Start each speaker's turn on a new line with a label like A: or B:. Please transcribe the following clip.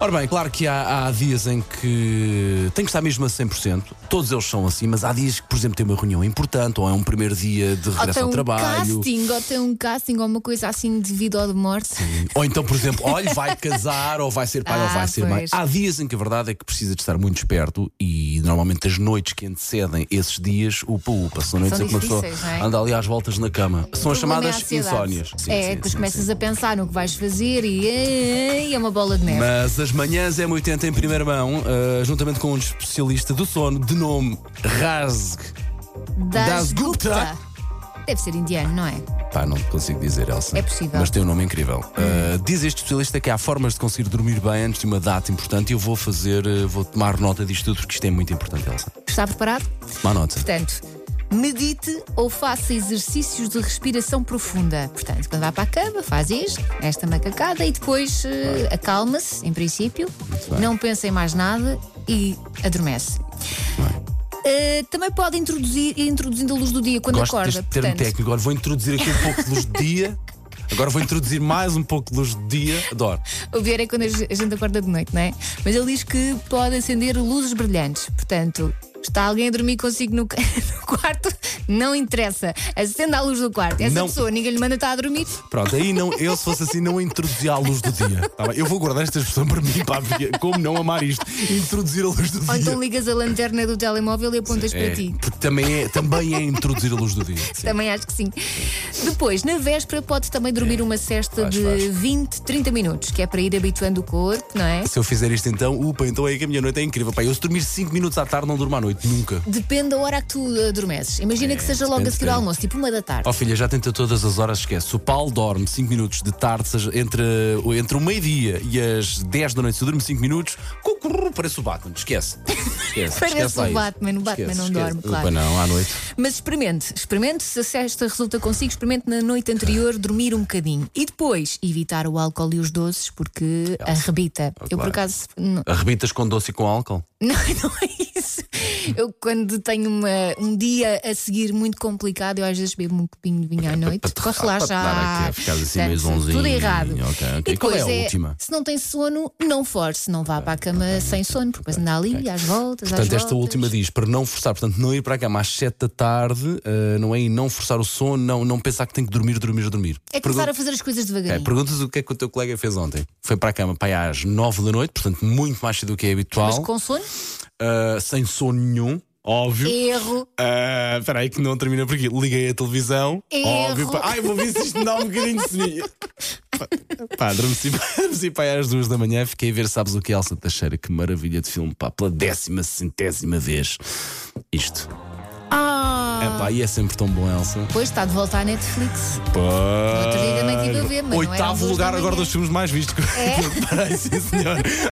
A: Ora bem, claro que há, há dias em que tem que estar mesmo a 100%, todos eles são assim, mas há dias que, por exemplo, tem uma reunião importante, ou é um primeiro dia de
B: Ou
A: regresso
B: tem
A: ao
B: um
A: trabalho,
B: casting, ou tem um casting, ou uma coisa assim de vida ou de morte.
A: ou então, por exemplo, olha, vai casar, ou vai ser pai, ou
B: Ah,
A: vai ser mãe.
B: pois.
A: Há dias em que a verdade é que precisa de estar muito esperto e normalmente as noites que antecedem esses dias, upa-upa, são noites
B: São
A: em que uma pessoa
B: difíceis, não é?
A: anda ali às voltas na cama. São
B: O
A: as
B: problema é a
A: chamadas
B: ansiedade.
A: insónias. Sim,
B: é,
A: sim,
B: depois
A: sim,
B: começas
A: sim.
B: a pensar no que vais fazer e, e é uma bola de neve.
A: Mas as manhãs é 80 em primeira mão, eh, juntamente com um especialista do sono, de nome Razg. Das Gupta.
B: Deve ser indiano, não é?
A: Pá, não te consigo dizer, Elsa.
B: É possível. Hum.
A: Mas tem um nome incrível. Uh, diz este especialista que há formas de conseguir dormir bem antes de uma data importante e eu vou fazer, uh, vou tomar nota disto tudo porque isto é muito importante, Elsa.
B: Está preparado?
A: Má nota.
B: Portanto, medite ou faça exercícios de respiração profunda. Portanto, quando vai para a cama, faz isto, esta macacada e depois eh, acalma-se, em princípio,
A: bem.
B: não pensa em mais nada e adormece. Eh, também pode introduzir, ir introduzindo a luz do dia quando
A: Gosto
B: acorda.
A: deste termo
B: portanto,
A: técnico. Agora vou introduzir aqui um pouco de luz de dia. Agora vou introduzir mais um pouco de luz de dia. Adoro.
B: O pior é quando a ge- a gente acorda de noite, não é? Mas ele diz que pode acender luzes brilhantes. Portanto, está alguém a dormir consigo no, ca- no quarto? Não interessa. Acenda a luz do quarto. Essa
A: Não.
B: pessoa, ninguém lhe manda estar a dormir.
A: Pronto, aí não, eu se fosse assim não introduzia a luz do dia. Tá bem? Eu vou guardar esta expressão para mim, pá, porque como não amar isto? Introduzir a luz do
B: Ou
A: dia.
B: então ligas a lanterna do telemóvel e apontas
A: É,
B: para ti.
A: porque também é, também é introduzir a luz do dia. Sim.
B: Também acho que sim. Depois, na véspera, pode também dormir uma cesta
A: É. faz,
B: de
A: faz.
B: 20, 30 minutos, que é para ir habituando o corpo, não é?
A: Se eu fizer isto então, upa, então é que a minha noite é incrível. Pá, eu se dormir 5 minutos à tarde, não durmo à noite, nunca.
B: Depende da hora que tu eh, adormeces. Imagina
A: É,
B: que seja logo
A: depende, Oh.
B: a seguir ao
A: depende.
B: almoço, tipo uma da tarde.
A: Ó filha, já tenta todas as horas, esquece. Se o Paulo dorme 5 minutos de tarde, seja entre, entre o meio-dia e as 10 da noite, se eu durmo 5 minutos, cucurru, parece o Batman, esquece. esquece
B: Parece
A: esquece lá
B: o
A: isso.
B: Batman, o Batman não dorme, claro.
A: Upa, não, à noite.
B: Mas experimente, experimente se a cesta resulta consigo, experimente na noite anterior dormir um bocadinho e depois evitar o álcool e os doces porque arrebita. Eu por
A: claro.
B: acaso não,
A: Arrebitas com doce e com álcool?
B: não, não é isso. Eu quando tenho uma- um dia a seguir muito complicado, eu às vezes bebo um copinho de vinho à noite para,
A: para te dar
B: relaxar.
A: aqui a ficar assim meio
B: Portanto,
A: zonzinho.
B: tudo errado.
A: Ok, ok.
B: E
A: Qual é a
B: depois
A: última?
B: Se não tem sono, não force, não vá para a cama sem sono, porque depois anda ali às voltas, às
A: Portanto,
B: voltas. É
A: esta última diz para não forçar, portanto, não ir para a cama às 7 da tarde, ah, não é? E não forçar o sono, não, não pensar que tem que dormir, dormir, dormir.
B: é começar a fazer as coisas
A: É,
B: devagarinho.
A: perguntas o que é que o teu colega fez ontem. Foi para a cama pai, às 9 da noite, portanto, muito mais cedo do que é
B: mas
A: habitual,
B: com sono,
A: ah, sem sono nenhum, óbvio.
B: erro.
A: Ah, Espera aí, que não termina por aqui. Liguei a televisão,
B: Erro.
A: óbvio. pá, Ai, vou ver se isto me dá um bocadinho de soninho. Pá, Pá, adormeci adormeci, pá, às duas da manhã. Fiquei a ver, sabes o que, Elsa Teixeira? Que maravilha de filme, pá, pela décima, centésima vez. Isto.
B: Ah!
A: É pá, e é sempre tão bom, Elsa.
B: Pois está de volta à Netflix.
A: Pá.
B: dia também tive a ver, mas não um eram
A: Oitavo
B: duas da
A: lugar
B: manhã. É?
A: agora dos filmes mais vistos. Peraí, sim, senhor.